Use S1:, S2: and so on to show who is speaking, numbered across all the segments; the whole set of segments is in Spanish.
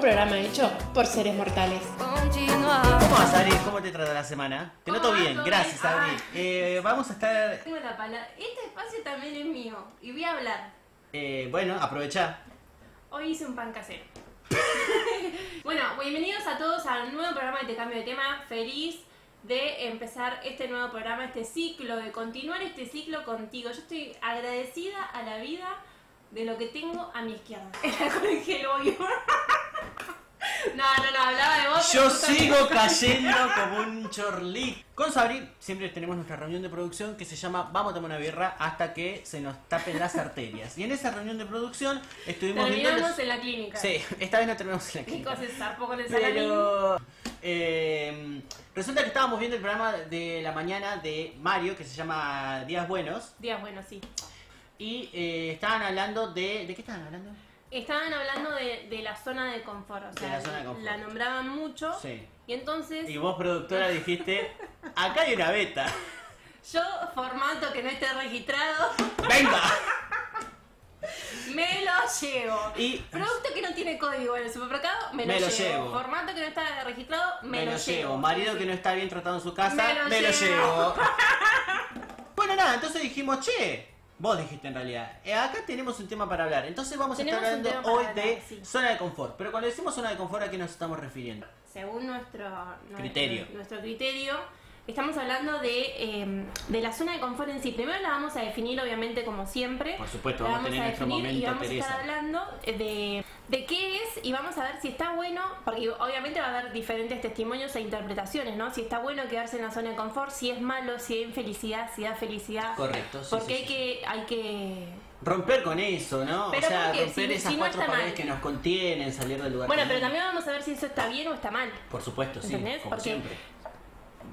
S1: programa hecho por seres mortales.
S2: ¿Cómo vas, Adri? ¿Cómo te trata la semana? Te noto bien, gracias, Adri. Eh, vamos a estar.
S3: Tengo la palabra. Este espacio también es mío y voy a hablar.
S2: eh, bueno, aprovechá.
S3: Hoy hice un pan casero. bueno, bienvenidos a todos al nuevo programa de Te Cambio de Tema. Feliz de empezar este nuevo programa, este ciclo, de continuar este ciclo contigo. Yo estoy agradecida a la vida de lo que tengo a mi izquierda. Era con el que lo voy. No, no, no, hablaba de vos. pero
S2: Yo
S3: tú también.
S2: sigo cayendo como un chorlí. Con Sabri siempre tenemos nuestra reunión de producción que se llama Vamos a tomar una birra hasta que se nos tapen las arterias. Y en esa reunión de producción estuvimos viendo... los-
S3: Terminamos en la clínica.
S2: Sí, esta vez no terminamos en la
S3: Nico
S2: clínica.
S3: se zarpó con el salamín.
S2: Pero eh, resulta que estábamos viendo el programa de la mañana de Mario que se llama Días Buenos
S3: Días buenos, sí.
S2: y eh, estaban hablando de... ¿De qué estaban hablando?
S3: Estaban hablando de, de la zona de confort, o
S2: De
S3: sea,
S2: la zona de confort.
S3: la nombraban mucho.
S2: Sí.
S3: Y entonces,
S2: Y vos productora dijiste, acá hay una beta.
S3: yo, formato que no esté registrado,
S2: ¡Venga!
S3: me lo llevo.
S2: Y
S3: Producto que no tiene código en el supermercado, me,
S2: Me
S3: lo,
S2: lo
S3: llevo.
S2: llevo.
S3: Formato que no está registrado, me,
S2: Me lo llevo. Marido que no está bien tratado en su casa,
S3: Me lo
S2: me lo
S3: llevo.
S2: llevo. Bueno, nada, entonces dijimos, che, vos dijiste en realidad, eh, acá tenemos un tema para hablar. Entonces vamos a
S3: Tenemos un
S2: estar
S3: tema
S2: hablando
S3: para
S2: hoy
S3: hablar,
S2: de
S3: sí.
S2: zona de confort. Pero cuando decimos zona de confort, ¿a qué nos estamos refiriendo?
S3: Según nuestro, nuestro-
S2: Criterio.
S3: nuestro criterio, estamos hablando de, eh, de la zona de confort en sí. Primero la vamos a definir, obviamente, como siempre.
S2: Por supuesto,
S3: La
S2: vamos a tener nuestro
S3: definir y
S2: momento,
S3: vamos a
S2: Teresa.
S3: estar hablando de, de qué es y vamos a ver si está bueno, porque obviamente va a haber diferentes testimonios e interpretaciones, ¿no? Si está bueno quedarse en la zona de confort, si es malo, si hay infelicidad, si da felicidad.
S2: Correcto, sí,
S3: Porque
S2: sí,
S3: hay
S2: sí.
S3: que, hay que
S2: Romper con eso, ¿no?
S3: Pero
S2: o sea,
S3: porque
S2: romper
S3: si-
S2: esas
S3: si no
S2: cuatro
S3: está mal.
S2: paredes que nos contienen, salir del lugar.
S3: Bueno,
S2: común.
S3: pero también vamos a ver si eso está bien o está mal.
S2: Por supuesto, sí,
S3: ¿Entendés?
S2: como
S3: Porque-
S2: siempre.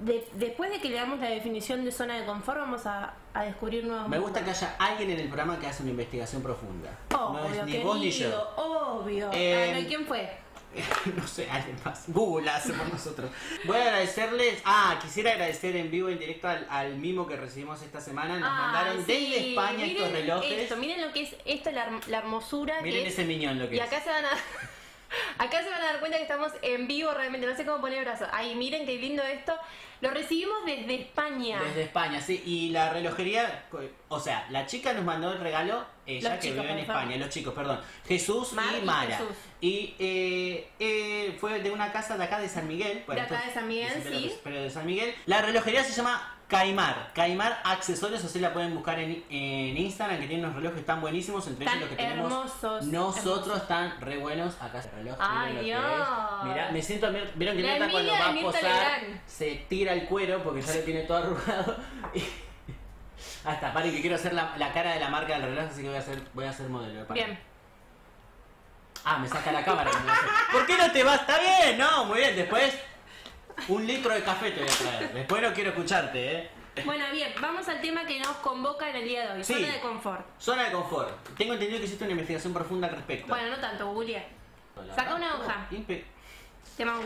S3: De- después de que le damos la definición de zona de confort, vamos a, a descubrir nuevos.
S2: Me gusta que haya alguien en el programa que hace una investigación profunda. no
S3: Oh, Obvio,
S2: es ni
S3: querido,
S2: vos ni yo.
S3: obvio.
S2: Eh,
S3: Ah, no, ¿y ¿Quién fue?
S2: no sé, alguien más. Google hace por nosotros. Voy a agradecerles. Ah, quisiera agradecer en vivo, en directo al, al mimo que recibimos esta semana. Nos mandaron
S3: Ay,
S2: desde
S3: Ah, sí,
S2: España estos
S3: miren
S2: relojes.
S3: esto, miren lo que es esto, la, herm- la hermosura.
S2: Miren
S3: que es.
S2: ese miñón lo que
S3: Y
S2: es.
S3: acá se van a. Acá se van a dar cuenta que estamos en vivo realmente, no sé cómo poner el brazo. Ay, miren qué lindo esto. Lo recibimos desde España.
S2: Desde España, sí. Y la relojería, o sea, la chica nos mandó el regalo, ella
S3: Los
S2: que
S3: chicos,
S2: vive en
S3: por favor.
S2: España, los chicos, perdón. Jesús
S3: Mar
S2: y
S3: y
S2: Mara.
S3: Jesús.
S2: Y eh, eh, fue de una casa de acá de San Miguel.
S3: De acá
S2: esto
S3: de San Miguel,
S2: dicen que
S3: sí.
S2: lo- Pero de San Miguel. La relojería se llama Caimar. Caimar Accesorios, así la pueden buscar en, en Instagram, que tienen unos relojes tan buenísimos, entre
S3: Tan
S2: ellos los que tenemos.
S3: hermosos,
S2: Nosotros tan re buenos acá el reloj.
S3: Ay,
S2: miren lo que
S3: Dios.
S2: es. Mirá, me siento mir- vieron que
S3: La
S2: Mirta cuando
S3: envidia
S2: va
S3: de
S2: a
S3: Mirta
S2: posar
S3: Legrand.
S2: se tira el cuero porque ya lo tiene todo arrugado. Y- Hasta paren que quiero hacer la, la cara de la marca del reloj, así que voy a hacer, voy a hacer modelo. paren.
S3: Bien.
S2: Ah, me saca la cámara. me hace- ¿Por qué no te vas? Está bien, no, muy bien. Después, un litro de café te voy a traer. Después no quiero escucharte, eh.
S3: Bueno, bien, vamos al tema que nos convoca en el día de hoy,
S2: Sí.
S3: zona de confort.
S2: Zona de confort. Tengo entendido que hiciste una investigación profunda al respecto.
S3: Bueno, no tanto, Julia.
S2: La
S3: saca
S2: verdad,
S3: una
S2: todo
S3: hoja.
S2: impe-
S3: Tema uno.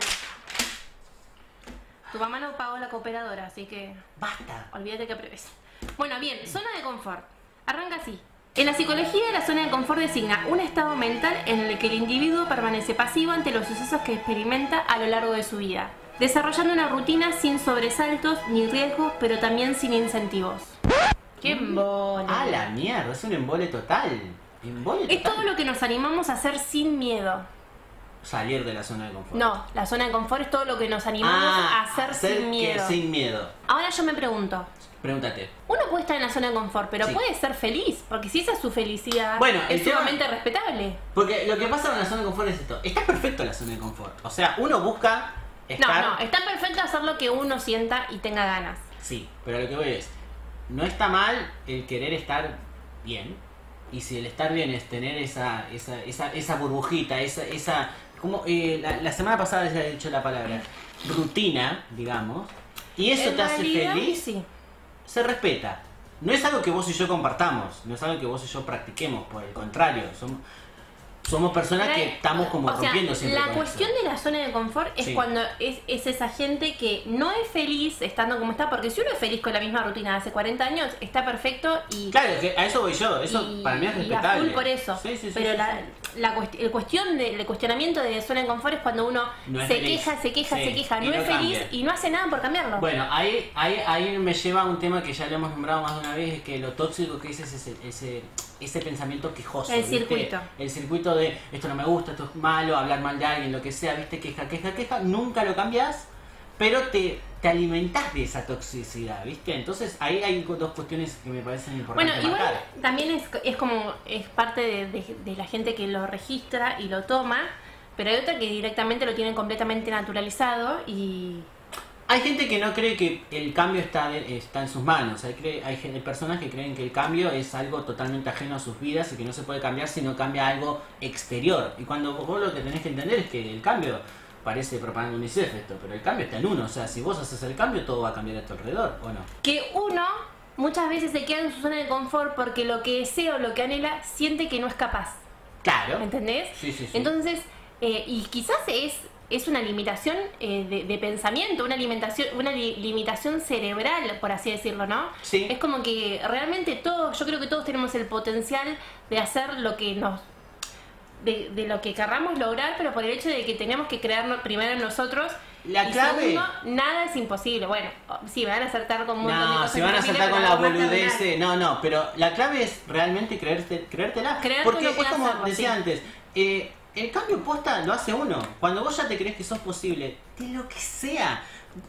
S3: Tu mamá no pagó la cooperadora, así que
S2: Basta.
S3: olvídate que apruebes. Bueno, bien, zona de confort. Arranca así. En la psicología, la zona de confort designa un estado mental en el que el individuo permanece pasivo ante los sucesos que experimenta a lo largo de su vida, desarrollando una rutina sin sobresaltos ni riesgos, pero también sin incentivos. Mm. ¡Qué bola!
S2: A la mierda, es un embole total. Embole
S3: Es
S2: total.
S3: todo lo que nos animamos a hacer sin miedo.
S2: Salir de la zona de confort.
S3: No, la zona de confort es todo lo que nos animamos a
S2: Ah,
S3: hacer
S2: hacer
S3: sin
S2: que
S3: miedo.
S2: sin miedo.
S3: Ahora yo me pregunto,
S2: Pregúntate.
S3: uno puede estar en la zona de confort, pero
S2: Sí.
S3: puede ser feliz, porque si esa es su felicidad,
S2: Bueno, el
S3: es
S2: tema-
S3: sumamente respetable.
S2: Porque lo que pasa con la zona de confort es esto. Está perfecto la zona de confort. O sea, uno busca estar...
S3: No, no, está perfecto hacer lo que uno sienta y tenga ganas.
S2: Sí, pero lo que voy es... No está mal el querer estar bien. Y si el estar bien es tener esa, esa, esa, esa burbujita, esa... esa como, eh, la, la semana pasada ya he dicho la palabra. Rutina, digamos. Y eso
S3: En
S2: te hace
S3: realidad,
S2: feliz.
S3: Sí.
S2: se respeta. No es algo que vos y yo compartamos, no es algo que vos y yo practiquemos, por el contrario. Somos... somos personas que
S3: Trae-
S2: estamos como
S3: o sea,
S2: rompiendo siempre.
S3: La
S2: con
S3: cuestión
S2: eso.
S3: de la zona de confort es
S2: Sí.
S3: cuando es, es esa gente que no es feliz estando como está, porque si uno es feliz con la misma rutina de hace 40 años, está perfecto y.
S2: Claro, que a eso voy yo, eso
S3: y-
S2: para mí es
S3: y a full
S2: respetable.
S3: por eso.
S2: Sí, sí, sí,
S3: Pero
S2: sí,
S3: la,
S2: sí.
S3: la cuest- el, cuestión de- el cuestionamiento de zona de confort es cuando uno
S2: No es
S3: se
S2: feliz.
S3: queja, se queja,
S2: Sí,
S3: se queja,
S2: y
S3: no
S2: no
S3: es feliz
S2: cambia.
S3: y no hace nada por cambiarlo.
S2: Bueno, ahí, ahí, ahí me lleva a un tema que ya le hemos nombrado más de una vez, es que lo tóxico que es ese, ese, ese pensamiento quejoso.
S3: El
S2: ¿viste?
S3: circuito.
S2: El circuito de esto no me gusta, esto es malo, hablar mal de alguien, lo que sea, viste, queja, queja, queja, nunca lo cambias, pero te, te alimentás de esa toxicidad, viste. Entonces ahí hay cu- dos cuestiones que me parecen
S3: Bueno,
S2: importantes.
S3: igual
S2: marcar.
S3: también es, es como es parte de, de- de la gente que lo registra y lo toma, pero hay otra que directamente lo tienen completamente naturalizado y
S2: Hay gente que no cree que el cambio está, de- está en sus manos. Hay, cre- hay gen- personas que creen que el cambio es algo totalmente ajeno a sus vidas y que no se puede cambiar si no cambia algo exterior. Y cuando vos- vos lo que tenés que entender es que el cambio, parece propaganda UNICEF esto, pero el cambio está en uno. O sea, si vos haces el cambio, todo va a cambiar a tu alrededor, ¿o no?
S3: que uno muchas veces se queda en su zona de confort porque lo que desea o lo que anhela siente que no es capaz,
S2: Claro.
S3: ¿entendés?
S2: Sí, sí, sí.
S3: Entonces, eh, y quizás es, es una limitación eh, de, de pensamiento, una, alimentación, una li- limitación cerebral, por así decirlo, ¿no?
S2: Sí.
S3: Es como que realmente todos, yo creo que todos tenemos el potencial de hacer lo que nos... De, de lo que querramos lograr, pero por el hecho de que tenemos que crearnos primero en nosotros.
S2: La
S3: y
S2: clave-
S3: segundo, nada es imposible. Bueno, o- sí, me van a acertar con un montón de
S2: No,
S3: cosas
S2: se van a
S3: imposibles,
S2: saltar con
S3: pero
S2: la
S3: algo más terrenal.
S2: boludez. eh, No, no, pero la clave es realmente creerte, creértela.
S3: Creerte
S2: Porque
S3: lo que
S2: es como
S3: hacerlo,
S2: decía
S3: sí.
S2: antes, eh, el cambio posta lo hace uno. Cuando vos ya te crees que sos posible, de lo que sea.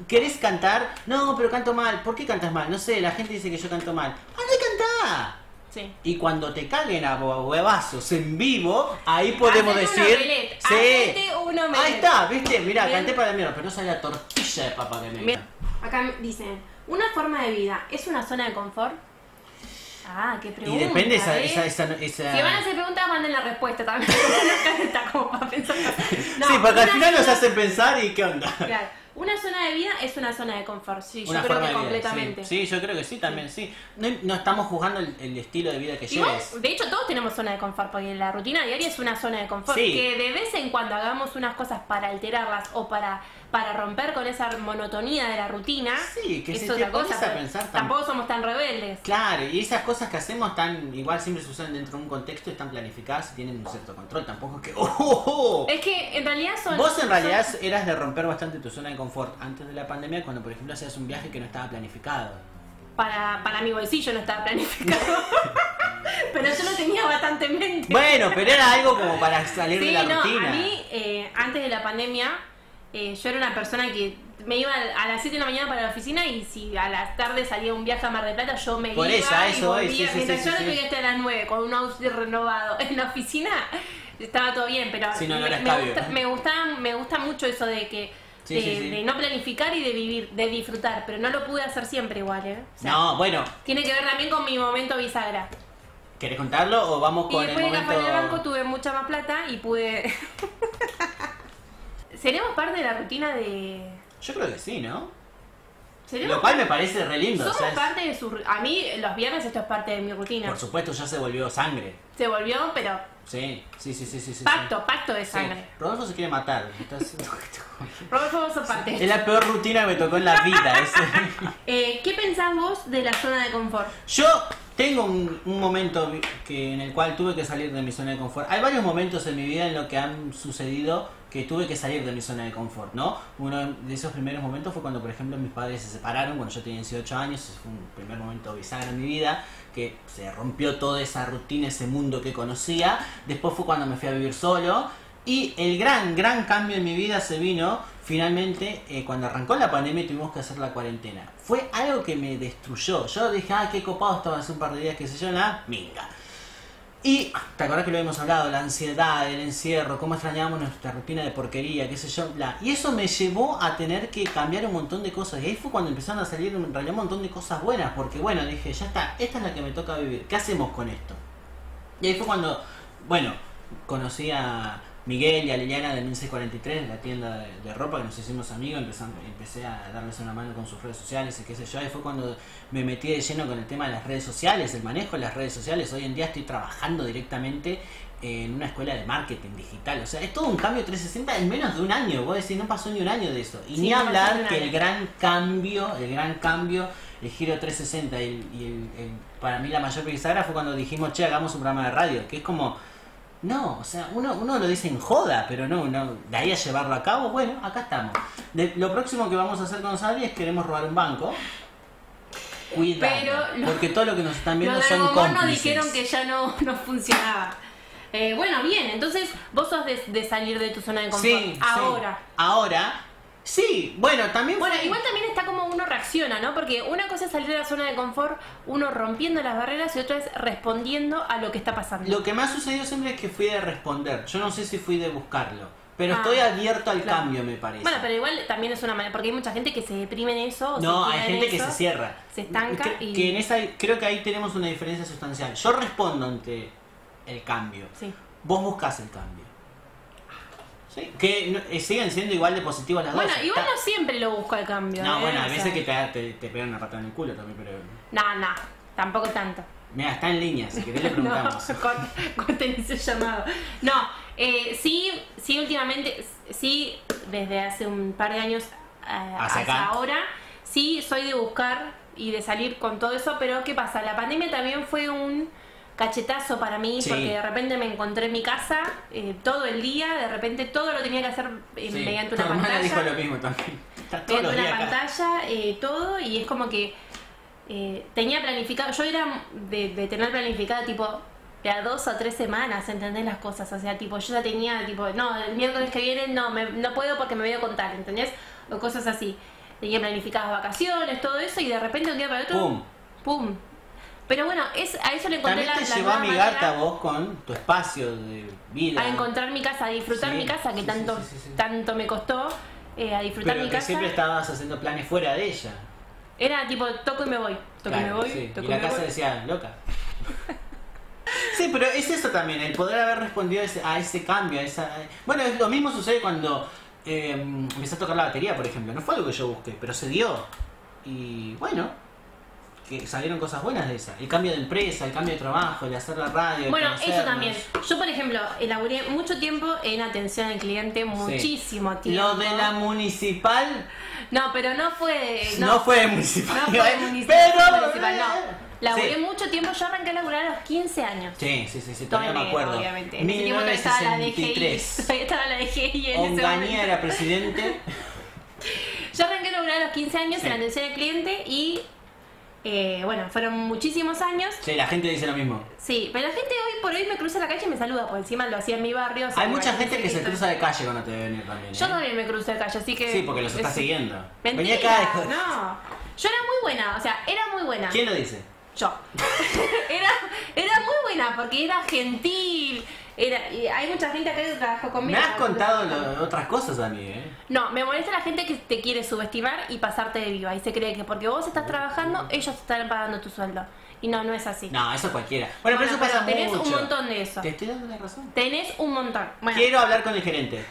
S2: ¿Querés cantar? No, pero canto mal. ¿Por qué cantas mal? No sé, la gente dice que yo canto mal. ¡Anda y cantá!
S3: Sí.
S2: Y cuando te caguen a huevazos en vivo, ahí podemos
S3: Hacete un
S2: decir.
S3: omelette,
S2: Sí.
S3: hacete un omelette.
S2: Ahí está, viste, mira,
S3: Bien.
S2: canté para la mierda, pero no sale la tortilla de papa que me
S3: Bien. Acá dicen, ¿una forma de vida es una zona de confort? Ah, qué
S2: Y
S3: pregunta.
S2: depende esa,
S3: ¿eh?
S2: esa, esa, esa-
S3: Si van a hacer preguntas, manden la respuesta también. Acá está como para pensar. No,
S2: sí, porque al
S3: una
S2: final nos
S3: zona-
S2: hacen pensar y qué onda.
S3: Claro, una zona de vida es una zona de confort, sí,
S2: Una
S3: yo creo
S2: forma
S3: que
S2: de vida,
S3: completamente.
S2: Sí, Sí, yo creo que sí, también sí. No, no estamos juzgando el, el estilo de vida que
S3: Igual,
S2: lleves.
S3: de hecho, todos tenemos zona de confort, porque la rutina diaria es una zona de confort.
S2: Sí.
S3: Que de vez en cuando hagamos unas cosas para alterarlas o para, para romper con esa monotonía de la rutina.
S2: Sí, que
S3: es
S2: si te
S3: otra
S2: pones
S3: cosa.
S2: a
S3: pero
S2: pensar, tam-
S3: tampoco somos tan rebeldes.
S2: Claro, y esas cosas que hacemos están, igual siempre se usan dentro de un contexto, están planificadas y tienen un cierto control. Tampoco es que. ¡Oh, oh, oh!
S3: Es que en realidad son.
S2: Vos en realidad
S3: son-
S2: eras de romper bastante tu zona de confort antes de la pandemia cuando por ejemplo hacías un viaje que no estaba planificado.
S3: para, para mi bolsillo no estaba planificado. pero yo lo tenía bastante en mente.
S2: Bueno, pero era algo como para salir de
S3: Sí,
S2: la
S3: no,
S2: rutina.
S3: a mí, eh, antes de la pandemia, eh, yo era una persona que me iba a las 7 de la mañana para la oficina y si a las tarde salía un viaje a Mar del Plata, yo me
S2: Por
S3: iba
S2: eso, a
S3: y
S2: eso voy,
S3: volvía.
S2: sí, sí,
S3: Mientras
S2: sí,
S3: yo no
S2: sí, sí.
S3: llegué hasta las 9 con un outfit renovado en la oficina, estaba todo bien, pero
S2: Sí, no, no
S3: me,
S2: era
S3: me
S2: escabio.
S3: gusta, me, gusta, me gusta mucho eso de que...
S2: Sí,
S3: de,
S2: sí, sí.
S3: de no planificar y de vivir, de disfrutar, pero no lo pude hacer siempre igual, ¿eh? O sea,
S2: no, bueno,
S3: Tiene que ver también con mi momento bisagra.
S2: ¿querés contarlo o vamos
S3: Y
S2: con el
S3: después de
S2: momento?
S3: trabajar en el banco tuve mucha más plata y pude. Seremos parte de la rutina de.
S2: Yo creo que sí, ¿no?
S3: ¿Seremos?
S2: Lo cual me parece re lindo.
S3: Somos
S2: o sea, es-
S3: parte de su. A mí, los viernes, esto es parte de mi rutina.
S2: Por supuesto, ya se volvió sangre.
S3: Se volvió, pero.
S2: Sí, sí, sí, sí, sí. sí,
S3: Pacto, pacto de
S2: sí.
S3: sangre.
S2: Sí. Rodolfo se quiere matar. Estás-
S3: Rodolfo, vos sos parte.
S2: es la peor rutina que me tocó en la vida. es-
S3: Eh, ¿Qué pensás vos de la zona de confort?
S2: Yo tengo un, un momento que, en el cual tuve que salir de mi zona de confort. Hay varios momentos en mi vida en los que han sucedido que tuve que salir de mi zona de confort, ¿no? Uno de esos primeros momentos fue cuando, por ejemplo, mis padres se separaron cuando yo tenía 18 años. Ese fue un primer momento bisagra en mi vida que se rompió toda esa rutina, ese mundo que conocía. Después fue cuando me fui a vivir solo. Y el gran, gran cambio en mi vida se vino finalmente eh, cuando arrancó la pandemia y tuvimos que hacer la cuarentena. Fue algo que me destruyó. Yo dije, ah, qué copado estaba hace un par de días, qué sé yo, la minga. Y ah, te acordás que lo hemos hablado, la ansiedad, el encierro, cómo extrañábamos nuestra rutina de porquería, qué sé yo, bla. Y eso me llevó a tener que cambiar un montón de cosas. Y ahí fue cuando empezaron a salir en realidad un montón de cosas buenas, porque bueno, dije, ya está, esta es la que me toca vivir, ¿qué hacemos con esto? Y ahí fue cuando, bueno, conocí a, Miguel y a Liliana de 1643, de la tienda de, de ropa, que nos hicimos amigos, empezamos, empecé a darles una mano con sus redes sociales y qué sé yo, y fue cuando me metí de lleno con el tema de las redes sociales, el manejo de las redes sociales. Hoy en día estoy trabajando directamente en una escuela de marketing digital. O sea, es todo un cambio 360 en menos de un año. Vos decís, no pasó ni un año de eso. Y
S3: Sí,
S2: ni
S3: no pasó ni
S2: hablar
S3: un
S2: que
S3: año.
S2: el gran cambio, el gran cambio, el giro 360 y, el- y el- el- para mí la mayor bisagra fue cuando dijimos, che, hagamos un programa de radio, que es como... No, o sea, uno, uno lo dice en joda, pero no, no, de ahí a llevarlo a cabo, bueno, acá estamos. De- lo próximo que vamos a hacer con Sabri es queremos robar un banco. Cuidado,
S3: Pero lo-
S2: porque todo lo que nos están viendo
S3: Los
S2: son
S3: Dragomón
S2: cómplices.
S3: nos dijeron que ya no, no funcionaba. Eh, bueno, bien, entonces vos sos de, de salir de tu zona de confort.
S2: Sí, sí.
S3: Ahora.
S2: Ahora, sí, bueno, también
S3: Bueno,
S2: fue-
S3: igual también está como uno reacciona, ¿no? Porque una cosa es salir de la zona de confort, uno rompiendo las barreras y otra es respondiendo a lo que está pasando.
S2: Lo que me ha sucedido siempre es que fui de responder. Yo no sé si fui de buscarlo, pero
S3: Ah,
S2: estoy abierto al
S3: claro.
S2: cambio, me parece.
S3: Bueno, pero igual también es una manera, porque hay mucha gente que se deprime en eso. o
S2: no,
S3: se queda
S2: hay
S3: en
S2: gente que
S3: eso.
S2: se cierra.
S3: se estanca
S2: Que-
S3: y-
S2: que en esa, creo que ahí tenemos una diferencia sustancial. Yo respondo ante el cambio.
S3: Sí.
S2: Vos buscas el cambio. Sí. Que no- eh, siguen siendo igual de positivas las
S3: Bueno,
S2: dos.
S3: igual
S2: Está-
S3: no siempre lo busco al cambio.
S2: No,
S3: ¿eh?
S2: bueno, a
S3: O
S2: veces
S3: sea,
S2: que te, te, te pegan una patada en el culo también, pero...
S3: No, no, tampoco tanto.
S2: Mira, está en línea, si querés le
S3: No,
S2: preguntamos.
S3: corten- corten ese llamado. No, eh, sí, sí, últimamente, sí, desde hace un par de años eh,
S2: Hacia
S3: hasta
S2: acá.
S3: ahora, sí, soy de buscar y de salir con todo eso, pero ¿qué pasa? La pandemia también fue un cachetazo para mí
S2: Sí.
S3: porque de repente me encontré en mi casa eh, todo el día, de repente todo lo tenía que hacer eh,
S2: Sí,
S3: mediante
S2: tu
S3: una
S2: hermana
S3: pantalla
S2: dijo lo mismo también. Está todos
S3: viendo
S2: los días
S3: una
S2: acá.
S3: pantalla, eh, todo, y es como que eh, tenía planificado, yo era de, de tener planificada tipo de a dos o tres semanas, ¿entendés las cosas? O sea, tipo, yo ya tenía, tipo, no, el miércoles que viene no, me- no puedo porque me voy a contar, ¿entendés? O cosas así. Tenía planificadas vacaciones, todo eso, y de repente un día para otro,
S2: Pum.
S3: ¡pum! Pero bueno, es, a eso le encontré
S2: También
S3: la,
S2: te
S3: la
S2: llevó a
S3: nueva
S2: amigarte a
S3: manera
S2: vos con tu espacio de vida.
S3: a encontrar mi casa, a disfrutar
S2: Sí,
S3: mi casa, que
S2: sí, sí,
S3: tanto,
S2: sí, sí, sí.
S3: tanto me costó, eh, a disfrutar
S2: Pero
S3: mi
S2: que
S3: casa.
S2: siempre estabas haciendo planes fuera de ella.
S3: Era tipo, toco y me voy, toco y me
S2: Claro,
S3: voy,
S2: sí.
S3: toco
S2: Y
S3: y
S2: la
S3: me
S2: casa
S3: voy.
S2: decía, loca. Sí, pero es eso también, el poder haber respondido a ese, a ese cambio, a esa... Bueno, es- lo mismo sucede cuando eh, empecé a tocar la batería, por ejemplo. No fue algo que yo busqué, pero se dio. Y bueno, que salieron cosas buenas de esa. El cambio de empresa, el cambio de trabajo, el hacer la radio. el
S3: Bueno, eso
S2: conocernos.
S3: también. Yo, por ejemplo, elaboré mucho tiempo en atención al cliente, muchísimo tiempo.
S2: Lo de la municipal
S3: No, pero Eh, no fue...
S2: no, fue municipal.
S3: no fue municipal,
S2: pero... eh.
S3: municipal, no. Laburé
S2: Sí.
S3: mucho tiempo, yo arranqué a laburar a los 15 años.
S2: Sí, sí, sí, sí,
S3: Todo
S2: todavía me
S3: negro,
S2: acuerdo.
S3: obviamente. En ese tiempo todavía estaba la DGI.
S2: 1963.
S3: Todavía estaba la DGI en ese
S2: Onganía
S3: momento.
S2: era presidente.
S3: Yo arranqué a laburar a los 15 años
S2: Sí.
S3: en atención al cliente y, eh, bueno, fueron muchísimos años.
S2: Sí, la gente dice lo mismo.
S3: Sí, pero la gente hoy por hoy me cruza la calle y me saluda, por encima lo hacía en mi barrio. o sea,
S2: Hay
S3: me
S2: mucha
S3: parece
S2: gente que se
S3: estoy-
S2: cruza de calle cuando te ve venir también.
S3: Yo
S2: ¿eh?
S3: también me cruzo de calle, así que...
S2: Sí, porque los está
S3: es-
S2: siguiendo.
S3: Mentira,
S2: Vení acá, hijo.
S3: no. Yo era muy buena, o sea, era muy buena.
S2: ¿Quién lo dice?
S3: Yo. era, era muy buena porque era gentil. Era, y hay mucha gente acá que trabajó
S2: Me
S3: conmigo.
S2: has contado lo- otras cosas a mí, ¿eh?
S3: No, me molesta la gente que te quiere subestimar y pasarte de viva. Y se cree que porque vos estás trabajando, ellos están pagando tu sueldo. Y no, no es así.
S2: No, eso cualquiera. Bueno, pero
S3: Bueno,
S2: eso pasa
S3: pero tenés
S2: mucho.
S3: un montón de eso.
S2: Te estoy dando la razón.
S3: Tenés un montón. Bueno,
S2: Quiero hablar con el gerente.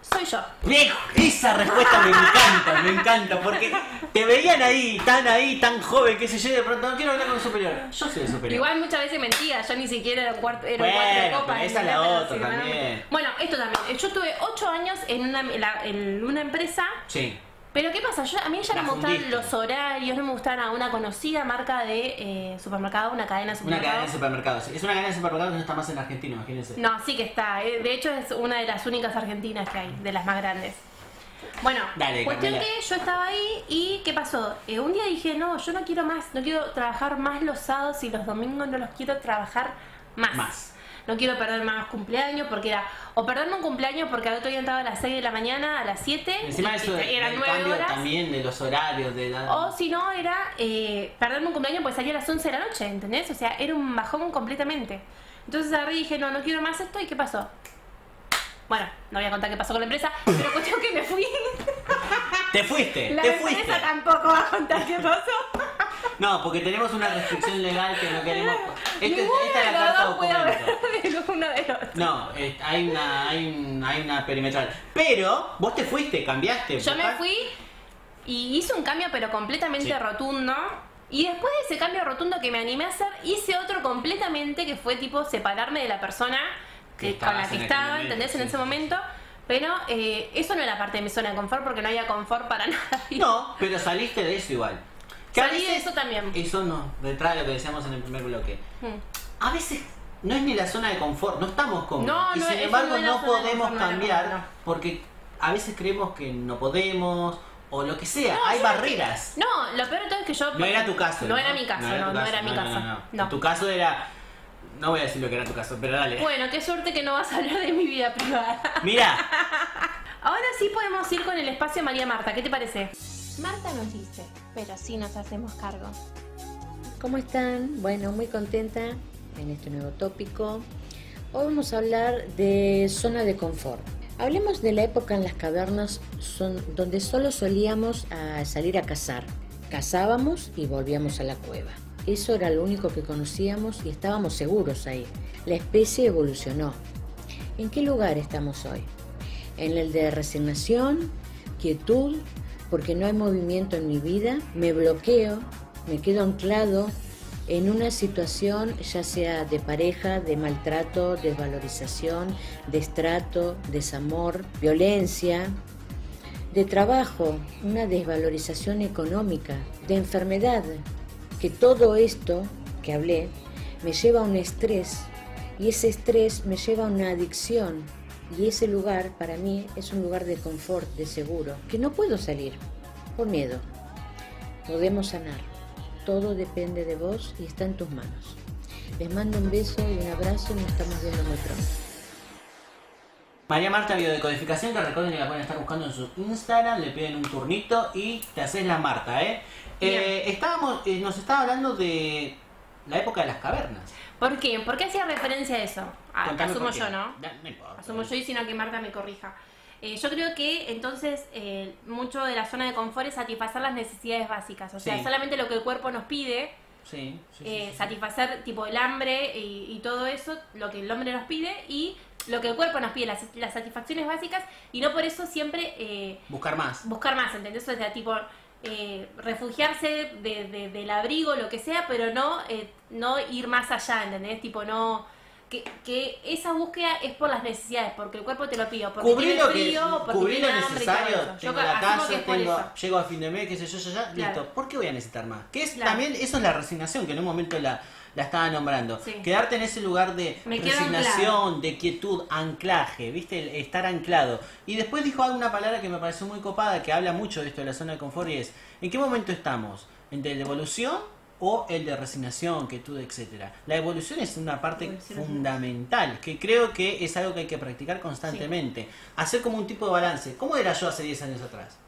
S3: soy yo.
S2: Viejo, esa respuesta me encanta, me encanta, porque te veían ahí, tan ahí, tan joven, qué sé yo, y de pronto no quiero hablar con un superior. Yo soy el superior.
S3: Igual muchas veces mentía, yo ni siquiera era un cuarto, era un
S2: Bueno,
S3: cuarto de
S2: pero
S3: copa.
S2: esa es
S3: ¿entendés?
S2: la
S3: Pero
S2: otra
S3: sí, bueno,
S2: también.
S3: Bueno, esto también. Eh, Yo estuve 8 años en una, la- en una empresa,
S2: Sí.
S3: pero ¿qué pasa? Yo, a mí ya
S2: La
S3: no me gustaban
S2: fundiste.
S3: los horarios, no me gustaban a una conocida marca de eh, supermercado, una cadena de
S2: Una cadena
S3: supermercado.
S2: de supermercados. Es una cadena de supermercados que no está más en Argentina, imagínense.
S3: No, sí que está. eh, De hecho, es una de las únicas argentinas que hay, de las más grandes. Bueno,
S2: Dale,
S3: cuestión
S2: Carmela.
S3: que yo estaba ahí y ¿qué pasó? Eh, un día dije, no, yo no quiero más, no quiero trabajar más los sábados y los domingos no los quiero trabajar más.
S2: Más.
S3: No quiero perder más cumpleaños porque era, o perderme un cumpleaños porque al otro día andaba a las 6 de la mañana, a las 7,
S2: Encima de eso,
S3: y eran
S2: el
S3: 9
S2: cambio
S3: horas.
S2: también de los horarios, de la...
S3: O si no, era eh, perderme un cumpleaños porque salía a las 11 de la noche, ¿entendés? O sea, era un bajón completamente. Entonces agarré y dije, no, no quiero más esto. ¿Y qué pasó? Bueno, no voy a contar qué pasó con la empresa, pero cuestión que me fui.
S2: Te fuiste,
S3: La
S2: te
S3: empresa
S2: fuiste.
S3: tampoco va a contar qué pasó.
S2: No, porque tenemos una restricción legal que no queremos. Este-
S3: Ninguno
S2: esta es
S3: de
S2: la
S3: los
S2: carta
S3: dos puede
S2: documento.
S3: hablar de ninguno de los dos.
S2: No, eh, hay una, hay, un- hay una perimetral. Pero vos te fuiste, cambiaste.
S3: Yo me
S2: ¿verdad?
S3: fui y hice un cambio pero completamente
S2: Sí.
S3: rotundo. Y después de ese cambio rotundo que me animé a hacer, hice otro completamente que fue tipo separarme de la persona
S2: Que
S3: que, con la
S2: estabas
S3: que
S2: en aquel
S3: estaba,
S2: momento,
S3: ¿entendés?
S2: sí,
S3: En ese
S2: sí, sí.
S3: momento. Pero eh, eso no era parte de mi zona de confort porque no había confort para nadie.
S2: No, pero saliste de eso igual. Que a
S3: Salí de
S2: veces-
S3: eso también.
S2: Eso no, detrás de lo que decíamos en el primer bloque.
S3: Mm.
S2: A veces no es ni la zona de confort, no estamos cómodos.
S3: No,
S2: y
S3: no,
S2: sin
S3: eso
S2: embargo
S3: no es la
S2: no,
S3: zona de
S2: podemos
S3: confort, no,
S2: cambiar
S3: no, no.
S2: porque a veces creemos que no podemos o lo que sea.
S3: No,
S2: Hay
S3: yo no-
S2: barreras.
S3: No, lo peor de todo es que yo.
S2: No era tu caso.
S3: No, era mi caso, no, no,
S2: tu
S3: era mi caso.
S2: No, no,
S3: No.
S2: Tu caso era. No voy a decir lo que era tu caso, pero dale.
S3: Bueno, qué suerte que no vas a hablar de mi vida privada.
S2: Mira,
S3: Ahora sí podemos ir con el espacio María Marta, ¿qué te parece?
S1: Marta nos dice, pero sí nos hacemos cargo.
S4: ¿Cómo están? Bueno, muy contenta en este nuevo tópico. Hoy vamos a hablar de zona de confort. Hablemos de la época en las cavernas son- donde solo solíamos a salir a cazar. Cazábamos y volvíamos a la cueva. Eso era lo único que conocíamos y estábamos seguros ahí. La especie evolucionó. ¿En qué lugar estamos hoy? En el de resignación, quietud, porque no hay movimiento en mi vida, me bloqueo, me quedo anclado en una situación ya sea de pareja, de maltrato, desvalorización, destrato, desamor, violencia, de trabajo, una desvalorización económica, de enfermedad, que todo esto que hablé me lleva a un estrés y ese estrés me lleva a una adicción y ese lugar para mí es un lugar de confort, de seguro, que no puedo salir por miedo. Podemos sanar, todo depende de vos y está en tus manos. Les mando un beso y un abrazo y nos estamos viendo muy pronto.
S2: María Marta Biodecodificación, que recuerden que la pueden estar buscando en su Instagram, le piden un turnito y te haces la Marta, ¿eh? Eh, estábamos, eh, nos estaba hablando de la época de las cavernas.
S3: ¿Por qué? ¿Por qué hacía referencia a eso? A-
S2: Contame
S3: Ah, asumo
S2: por qué.
S3: yo, ¿no?
S2: Da- no importa.
S3: Asumo yo y sino que Marta me corrija. Eh, yo creo que entonces eh, mucho de la zona de confort es satisfacer las necesidades básicas, o sea,
S2: Sí.
S3: solamente lo que el cuerpo nos pide,
S2: Sí, sí, sí,
S3: eh,
S2: sí.
S3: satisfacer tipo el hambre y, y todo eso, lo que el hombre nos pide y lo que el cuerpo nos pide, las, las satisfacciones básicas y no por eso siempre... eh,
S2: Buscar más.
S3: buscar más, ¿entendés? O sea, tipo, eh, refugiarse de- de- del abrigo, lo que sea, pero no, eh, no ir más allá, ¿entendés? Tipo, no... Que, que esa búsqueda es por las necesidades, porque el cuerpo te lo pide, porque
S2: Cubrí
S3: tiene
S2: lo, que,
S3: frío, porque
S2: cubrí lo
S3: tiene hambre y todo
S2: necesario,
S3: eso.
S2: tengo
S3: Yo
S2: la
S3: asumo que
S2: casa,
S3: es por
S2: tengo-
S3: eso.
S2: llego a fin de mes, qué sé yo, ya, ya,
S3: Claro.
S2: listo. ¿Por qué voy a necesitar más? Que es
S3: Claro.
S2: también, eso es la resignación, que en un momento la, la estaba nombrando.
S3: Sí.
S2: Quedarte en ese lugar de
S3: Me quedo
S2: resignación, de quietud, anclaje, ¿viste? El estar anclado. Y después dijo una palabra que me pareció muy copada, que habla mucho de esto de la zona de confort y es, ¿en qué momento estamos? ¿Entre el de evolución o el de resignación, quietud, etcétera? La evolución es una parte
S3: Evolución es
S2: fundamental fundamental, que creo que es algo que hay que practicar constantemente. Hacer como un tipo de balance. ¿Cómo era yo hace 10 años atrás?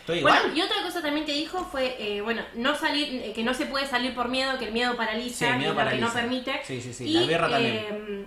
S2: ¿Estoy igual?
S3: Bueno, y otra cosa también que dijo fue, eh, bueno, no salir, eh, que no se puede salir por miedo, que el miedo paraliza,
S2: Sí, el miedo
S3: y lo que no
S2: paraliza.
S3: permite.
S2: Sí, sí, sí,
S3: Y,
S2: la guerra también.
S3: eh,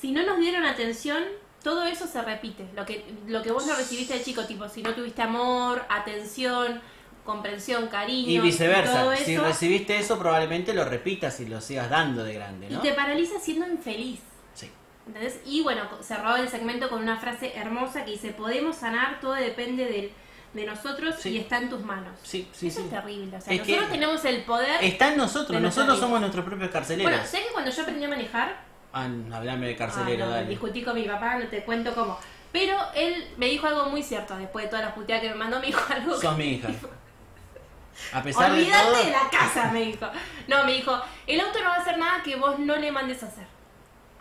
S3: si no nos dieron atención, todo eso se repite. Lo que, lo que vos no recibiste de chico, tipo, si no tuviste amor, atención, comprensión, cariño,
S2: y
S3: todo
S2: viceversa.
S3: eso,
S2: Si recibiste eso, probablemente lo repitas y lo sigas dando de grande,
S3: y
S2: ¿no?
S3: te paraliza siendo infeliz.
S2: Sí.
S3: ¿Entendés? Y bueno, co- cerró el segmento con una frase hermosa que dice, podemos sanar, todo depende del- de nosotros
S2: Sí.
S3: y está en tus manos.
S2: Sí, sí,
S3: Eso
S2: sí.
S3: es terrible. O sea,
S2: Es que-
S3: nosotros tenemos el poder.
S2: Está en
S3: De
S2: nosotros,
S3: nuestra
S2: nosotros
S3: vida.
S2: somos nuestros propios carceleros.
S3: Bueno, sé que cuando yo aprendí a manejar,
S2: Ah, no, hablame de carcelero,
S3: Ah, no,
S2: dale.
S3: Discutí con mi papá, no te cuento cómo. Pero él me dijo algo muy cierto. Después de todas las puteadas que me mandó, me dijo algo. que-
S2: Sos mi hija. A pesar
S3: Olvídate
S2: de
S3: de
S2: todo,
S3: la casa, me dijo. No, me dijo, el auto no va a hacer nada que vos no le mandes a hacer.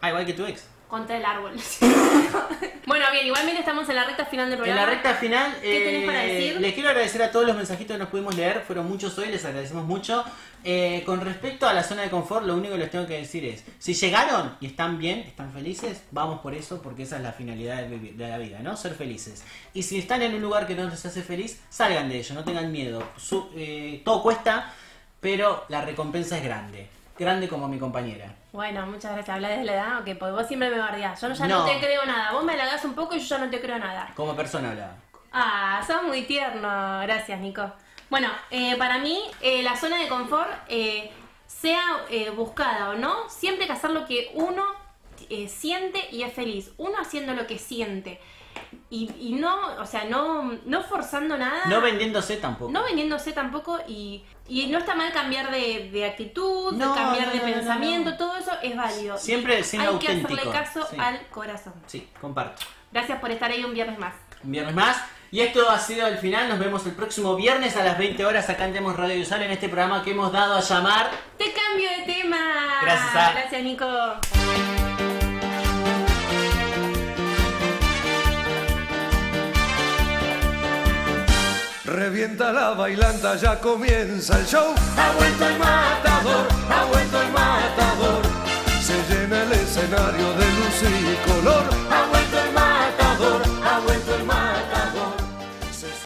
S2: Ah, igual que tu ex.
S3: Contra el árbol. bueno, bien, igualmente estamos en la recta final del
S2: En
S3: programa.
S2: la recta final,
S3: ¿Qué tenés para
S2: eh,
S3: decir?
S2: les quiero agradecer a todos los mensajitos que nos pudimos leer, fueron muchos hoy, les agradecemos mucho. Eh, con respecto a la zona de confort, lo único que les tengo que decir es, si llegaron y están bien, están felices, vamos por eso, porque esa es la finalidad de, vivi- de la vida, ¿no? Ser felices. Y si están en un lugar que no les hace feliz, salgan de ello, no tengan miedo. Su- eh, todo cuesta, pero la recompensa es grande, grande como mi compañera.
S3: Bueno, muchas gracias. Habla desde la edad, ok, porque vos siempre me bardeás. Yo no- ya no.
S2: No.
S3: te creo nada. Vos me halagás un poco y yo ya no te creo nada.
S2: Como persona hablaba.
S3: Ah, sos muy tierno. Gracias, Nico. Bueno, eh, para mí, eh, la zona de confort, eh, sea eh, buscada o no, siempre hay que hacer lo que uno eh, siente y es feliz. Uno haciendo lo que siente. Y, y no, o sea, no, no forzando nada.
S2: No vendiéndose tampoco.
S3: No vendiéndose tampoco y, y no está mal cambiar de, de actitud, de
S2: No,
S3: cambiar
S2: no,
S3: de
S2: no, no,
S3: pensamiento,
S2: no.
S3: todo eso es válido.
S2: Siempre
S3: Y
S2: siendo
S3: Hay
S2: auténtico.
S3: que hacerle caso
S2: Sí.
S3: al corazón.
S2: Sí, comparto.
S3: Gracias por estar ahí un viernes más.
S2: Un viernes más. Y esto ha sido el final. Nos vemos el próximo viernes a las 20 horas acá en Demos Radio Usal en este programa que hemos dado a llamar.
S3: Te cambio de tema.
S2: Gracias, Sara.
S3: Gracias, Nico.
S5: Revienta la bailanta, ya comienza el show. Ha vuelto el matador, ha vuelto el matador. Se llena el escenario de luz y color. Ha vuelto el matador,